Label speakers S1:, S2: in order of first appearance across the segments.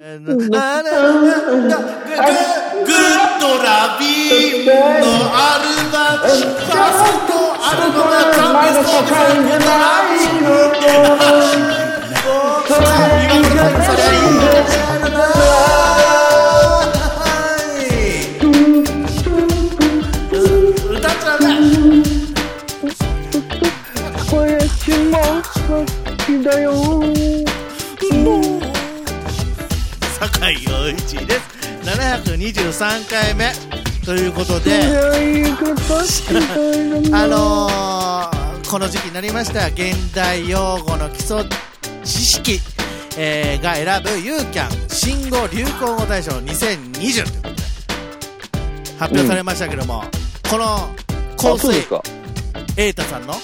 S1: あなたがグッグッドラビーのアルバムファーストアルバムが完璧そうです歌っちゃダメ
S2: これちも好きだよ
S1: 酒井陽一です723回目ということで
S2: いいことして
S1: あのー、この時期になりました現代用語の基礎知識、えーが選ぶユーキャン新語・流行語大賞2020ということで発表されましたけども、この香
S2: そうで
S1: 水
S2: すか
S1: 瑛太さんの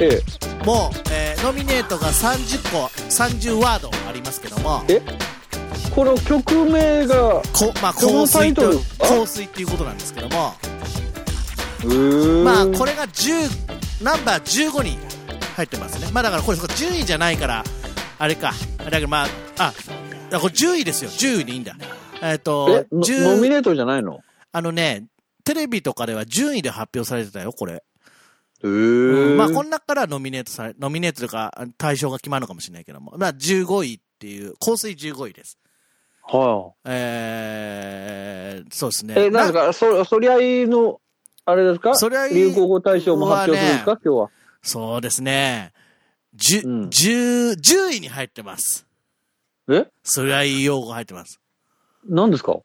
S2: ええ
S1: もう、えーノミネートが30個30ワードありますけども
S2: えこの曲名が
S1: こ、まあ、
S2: こ
S1: 香
S2: のタ
S1: 水
S2: イ
S1: と
S2: トル
S1: 香水っていうことなんですけども
S2: うーん
S1: まあこれが10ナンバー15に入ってますねまあだからこれそっか10位じゃないからあれかだからまああだからこれ10位ですよ10位でいいんだえっ、と
S2: えのノ
S1: 10
S2: ミネートじゃないの
S1: あのねテレビとかでは10位で発表されてたよこれ、
S2: えー
S1: まあこの中からノミネートされノミネートというかあ対象が決まるのかもしれないけどもまあ15位っていう香水15位です
S2: は
S1: えー、そうですね
S2: い、えなんかそそりゃいのあれですか
S1: そりゃい
S2: 流行語大賞も発表するんですか、
S1: は
S2: 今日は
S1: そうですね10、
S2: うん
S1: 10 10位に入ってます
S2: え
S1: それはいい用語入ってます。
S2: 何ですか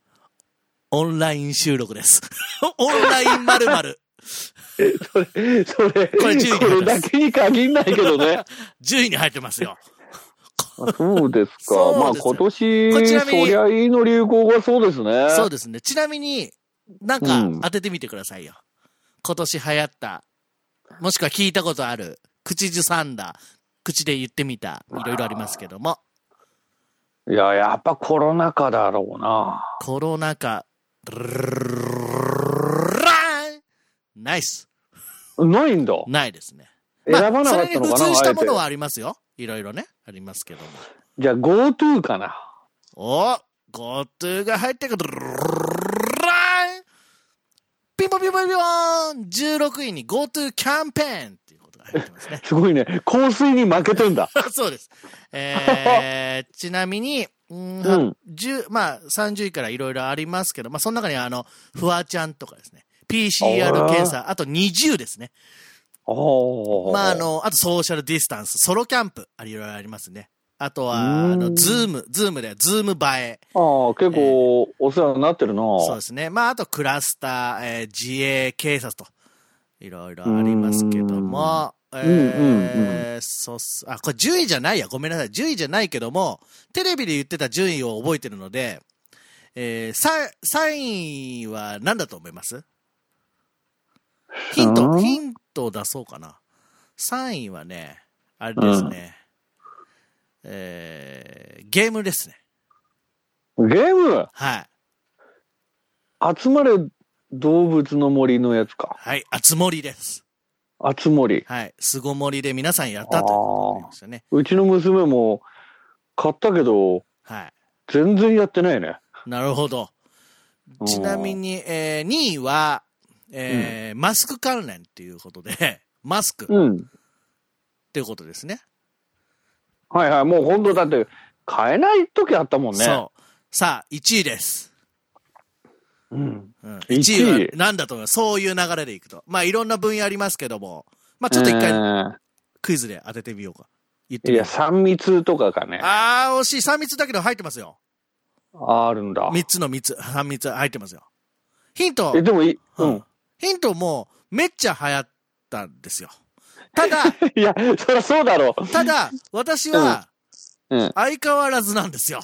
S1: オンライン収録です。 オンラインまるまる。
S2: それ、それ、
S1: これ注意が
S2: これだけに限んないけ どね。
S1: 10位に入ってますよ。
S2: あそうですか。
S1: そう
S2: まあ
S1: ですよ
S2: 今年、
S1: これちなみに
S2: そりゃいいの流行がそうですね。
S1: そうですね。ちなみに、なん
S2: うん
S1: か当ててみてくださいよ。今年流行った、もしくは聞いたことある、口ずさんだ、口で言ってみた、いろいろありますけども、
S2: いや、やっぱコロナ禍だろうな。
S1: コロナ禍、ナイス。
S2: ないんだ。
S1: ないですね。
S2: 選ばなかったの
S1: まあ
S2: か
S1: それに
S2: な、
S1: 付随し
S2: あ
S1: た
S2: え
S1: も
S2: て
S1: の。はありますよ。いろいろね、ありますけども。
S2: じゃあ GoTo かな。。
S1: おゴートゥーが入ってくる。ピンポンピンポンピンポン !16 位に GoTo キャンペーンっていうことが入ってますね
S2: すごいね。香水に負けてんだ。
S1: そうです。え ー、ちなみに、うん
S2: うん
S1: 10まあ、30位からいろいろありますけど、まあ、その中にはあの、フワちゃんとかですね。PCR 検査、あと20ですね。
S2: ああ。
S1: まあ、あ、の、あとソーシャルディスタンス、ソロキャンプ、あいろいろありますね。あとは、あ
S2: う
S1: の、
S2: ん
S1: ズーム、ズームで、ズーム映え。
S2: ああ、結構お世話になってるな。
S1: そうですね。まあ、あとクラスター、えー自衛、警察と、いろいろありますけども、え
S2: うん
S1: ーそうっす。あ、これ10位じゃないや。ごめんなさい。10位じゃないけども、テレビで言ってた順位を覚えてるので、えー、さ、3位は何だと思いますヒン
S2: う
S1: ト、
S2: ん
S1: ヒント出そうかな。3位はね、あれですね、えー、ゲームですね。
S2: ゲーム
S1: はい。
S2: 集まれ動物の森のやつか。
S1: はい。あつ森です。
S2: 集まり。
S1: はい。巣ごもりで皆さんやったということになりましたね。
S2: うちの娘も買ったけど、
S1: は
S2: 全然やってないね。
S1: い。なるほど。ちなみに、えー、2位は、えーマスク関連っていうことで、 マスクっ
S2: うん。
S1: ていうことですね。
S2: はいはい。もう本当だって、買えない時あったもんね。
S1: そう。さあ、1位です。
S2: う。ん。
S1: うん、1,
S2: 一位
S1: 位は何だと思いますそういう流れでいくと。まあ、いろんな分野ありますけども、まあ、ちょっと一
S2: え
S1: 回
S2: ー
S1: クイズで当ててみようか。言っ
S2: い
S1: てみよ
S2: や、
S1: う。
S2: 三密とかがね、
S1: あー、惜しい。3密だけど入ってますよ。
S2: あるんだ。
S1: 3つの3つ、3密入ってますよ。ヒント。
S2: え、でもい、うん。
S1: ヒントもめっちゃ流行ったんですよ。た だ、
S2: いや、そりゃそうだろう。
S1: ただ、私は
S2: うんうん
S1: 相変わらずなんですよ。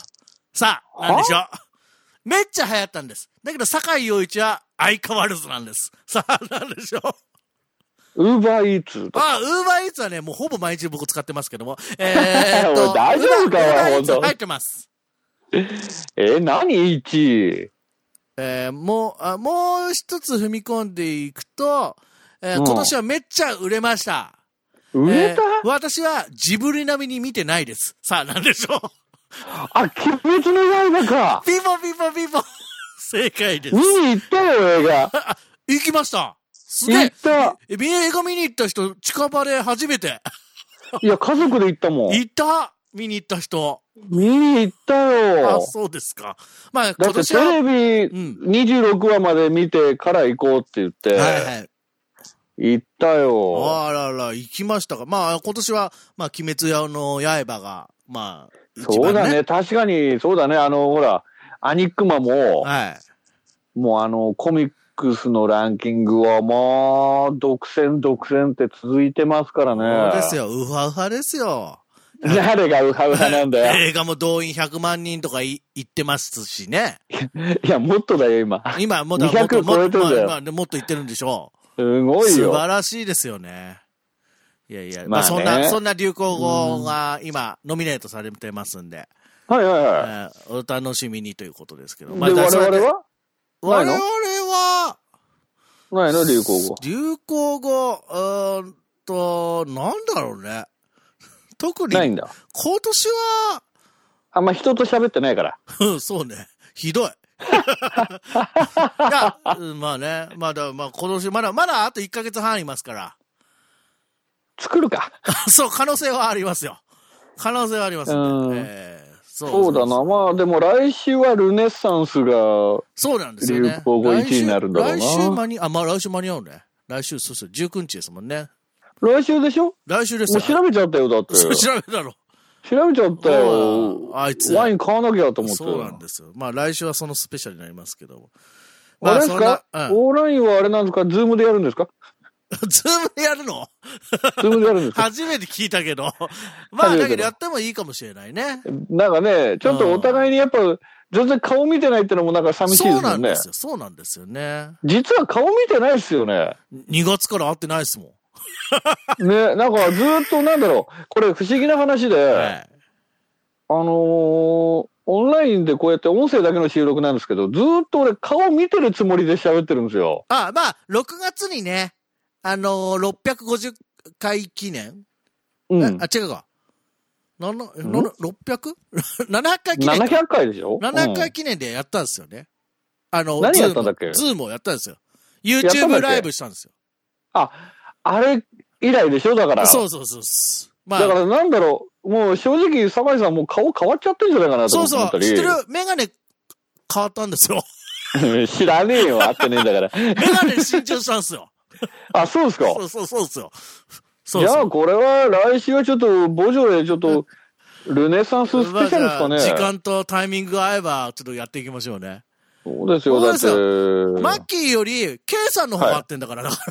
S1: さあ、なんでしょう。めっちゃ流行ったんです。だけど、酒井陽一は相変わらずなんです。さあ、なんでしょう。
S2: ウーバーイーツとか。
S1: あ、ウーバーイーツはね、もうほぼ毎日僕使ってますけども。え ーっ
S2: お
S1: と、
S2: い大丈夫かおい
S1: ウーバーイーツ
S2: ほんと
S1: 入ってます。
S2: え、何 ?1 位。
S1: えーもう、あもう一つ踏み込んでいくと、えー
S2: うん
S1: 今年はめっちゃ売れました。
S2: 売れた、
S1: えー私はジブリ並みに見てないです。さあ、なんでしょう
S2: あ、鬼滅の刃か
S1: ピボピボピボ正解です
S2: 見。に行ったよ、映画。
S1: 行きましたすげ
S2: 行っ
S1: え
S2: た。
S1: えみ映画見に行った人、近場で初めて。
S2: いや、家族で行ったもん。
S1: いた見に行った人。
S2: 見に行った
S1: あ、
S2: よ。
S1: そうですか。まあ、
S2: だ
S1: 今
S2: って
S1: 年
S2: テ
S1: は。
S2: レビ
S1: うん。
S2: 26話まで見てから行こうって言っ
S1: はい
S2: て、
S1: はい。
S2: 行ったよ。
S1: あらら、行きましたか。まあ、今年は、まあ、鬼滅屋の刃が、まあ、一番ね。
S2: そうだね、確かに、そうだね、あの、ほら、アニックマも、
S1: はい。
S2: もうあの、コミックスのランキングはもう、独占、独占って続いてますからね。
S1: そうですよ。ウハウハですよ。
S2: 誰がウハウハなんだ よ。
S1: 映画も動員100万人とかい言ってますしね。
S2: いや、もっとだよ、今。
S1: 今、もうだ
S2: 200
S1: もっともっと
S2: 超えてんだよ
S1: まあまあもっと言ってるんでしょ
S2: す
S1: う。
S2: ごい
S1: 素
S2: よ。
S1: 晴らしいですよね。いやいや、まあ、
S2: まあね
S1: そんな、そんな流行語が今、ノミネートされてますんで、
S2: はいはい
S1: え
S2: は
S1: ーお楽しみにということですけど。
S2: い。
S1: まあ
S2: で、
S1: だ
S2: 我
S1: から
S2: 々は
S1: 我
S2: ない
S1: 々
S2: の
S1: は、
S2: ないの流行語。
S1: 流行語、うーんと、なんだろうね。特に、
S2: ないん
S1: 今
S2: だ。
S1: 年は、
S2: あんま人と喋ってないから。
S1: うん、そうね。ひ どい。いや、うんまあね、まだ、まあ今年、まだ、まだあと1ヶ月半いますから。
S2: 作るか。
S1: そう、可能性はありますよ。可能性はありますね、
S2: うん
S1: えーそ
S2: そうだな。まあでも来週はルネッサンスが、
S1: そうなんですよね。
S2: 流行語一位になるんだろうな
S1: 来週来週間に、あ、まあ来週間に合うね。来週、そうそう、19日ですもんね。
S2: 来週でしょ
S1: 来週です
S2: もう
S1: よ。
S2: 調べちゃったよ、だっ て。
S1: そう調べたろ。
S2: 調べちゃった
S1: う
S2: よ。
S1: わあいつ
S2: ワイン買わなきゃと思って。
S1: そうなんですよ。まあ来週はそのスペシャルになりますけども。
S2: あれですか、
S1: そんなうん、
S2: オンラインはあれなんですかズームでやるんですか
S1: ズームでやるの
S2: ズームでやるんですか
S1: 初めて聞いたけど。 まあ、
S2: 初めてだ
S1: だけどやってもいいかもしれないね。
S2: なんかね、ちょっとお互いにやっぱ、全然顔見てないってのもなんか寂しいで
S1: そう
S2: す
S1: な
S2: よ
S1: ん
S2: ね
S1: で。すよ。そうなんですよね。
S2: 実は顔見てないですよね。
S1: 2月から会ってないですもん。
S2: ね、なんかずっとなんだろう、これ不思議な話で、
S1: はい
S2: あのーオンラインでこうやって音声だけの収録なんですけど、ずーっと俺顔見てるつもりで喋ってるんですよ。
S1: あ、まあ、6月にね、あのー、650回記念、
S2: うん
S1: あ、。違うか。なな、
S2: ん
S1: なな 600? 700回記念か。
S2: 700回でしょ
S1: 700回
S2: うん
S1: 記念でやったんですよね。あの、
S2: 何やったんだっけ
S1: ズームをやったんですよ。
S2: ったんだっ
S1: YouTube
S2: け
S1: ライブしたんですよ。
S2: あれ以来でしょだから。
S1: そうそうそうそう。ま
S2: だか
S1: あ、
S2: らなんだろう、もう正直、酒井さんもう顔変わっちゃってんじゃないかなと
S1: そ
S2: 思
S1: うそ
S2: っ
S1: う
S2: た。り。
S1: 知ってるメガネ変わったんですよ。
S2: 知らねえよ、会ってねえんだから。
S1: メガネ新調したんですよ。
S2: あ、 そうですか。
S1: そうそうそうですよ。そう
S2: じ
S1: そ
S2: ゃ
S1: う
S2: あこれは来週はちょっと、ボジョレちょっと、ルネサンススペシャルですか
S1: ま
S2: ね。
S1: あじゃあ時間とタイミングが合えば、ちょっとやっていきましょうね。
S2: そうですよ、だって。
S1: マッキーより、ケイさんの方が合ってんだから、だから。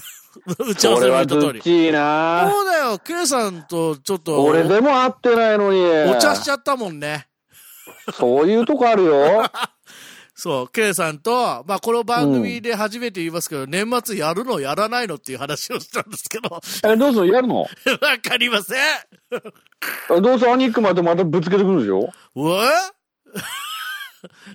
S1: 打ち合わ
S2: こ
S1: せ
S2: れ
S1: でも
S2: は
S1: 言った
S2: ず
S1: 通
S2: っ
S1: り。
S2: ちいな
S1: そうだよ、ケイさんとちょっと、
S2: 俺でも会ってないのに。
S1: お茶しちゃったもんね。
S2: そういうとこあ るよ。
S1: そう、ケイさんと、まあ、この番組で初めて言いますけど、年末やるのやらないのっていう話をしたんですけど、 わ
S2: え、どうするやるの
S1: かりません。
S2: えどうせアニックまでまたぶつけてくるんでしょ
S1: う え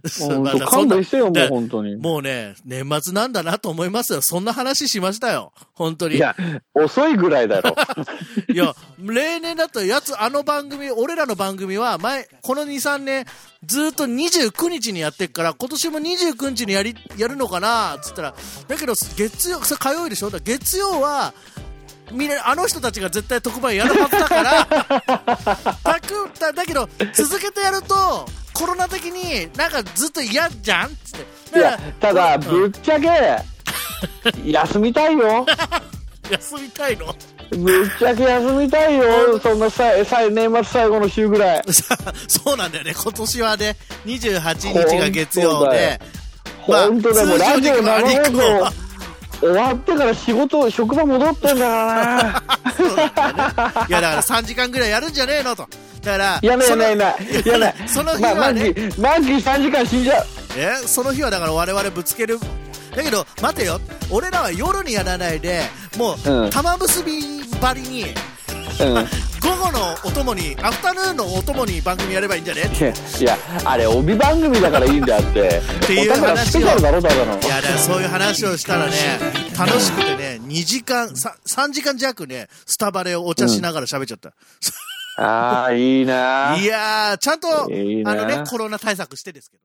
S1: そう
S2: うん
S1: まあ
S2: と
S1: そ
S2: 勘
S1: んな
S2: 弁してよ、もう
S1: で
S2: 本当に。
S1: もうね、年末なんだなと思いますよ。そんな話しましたよ。本当に。
S2: いや、遅いぐらい だろ。
S1: いや、例年だとやつ、あの番組、俺らの番組は前、この2、3年、ずっと29日にやってっから、今年も29日にやり、やるのかなっつったら、だけど、月曜、それ火曜日でしょだから月曜は、みんな、あの人たちが絶対特番やるはずだから、たく、だだけど、続けてやると、コロナ的になんかずっと嫌じゃんっつって。
S2: いや、ただ、
S1: うん
S2: ぶっちゃけ、休みた いよ。
S1: 休みたいの
S2: ぶっちゃけ休みたいよ。そんなさ、さ、年末最後の週ぐらい。
S1: そうなんだよね。今年はね、28日が月曜
S2: 本当だ
S1: で
S2: よ、本当だよ、もう
S1: 通常
S2: ラ
S1: に
S2: ジオ生放
S1: は
S2: 送終わってから仕事、職場戻ってんだからな。
S1: そうなんだよねいやだから3時間ぐらいやるんじゃねえのとだから
S2: やない
S1: そ
S2: や
S1: の。
S2: ないやない。やない
S1: その日
S2: まあ、マ
S1: は
S2: ッ
S1: ね、
S2: キー、マッキー3時間死んじゃう。
S1: えその日はだから我々ぶつけるだけど待てよ俺らは夜にやらないでも
S2: う
S1: うん玉結びばりに
S2: うん。
S1: 午後のお供にアフタヌーンのお供に番組やればいいんじゃね
S2: いやいや、あれ、帯番組だからいいんだって。
S1: ていう
S2: お宝
S1: 話を
S2: スペシャルだろ、ただの
S1: い。やだからそういう話をしたらね楽しくてね2時間 3, 時間弱ねスタバでお茶しながら喋っちゃった、
S2: ああ、いいなあ
S1: いやー、ちゃんと、
S2: いいな
S1: あのね、コロナ対策してですけど。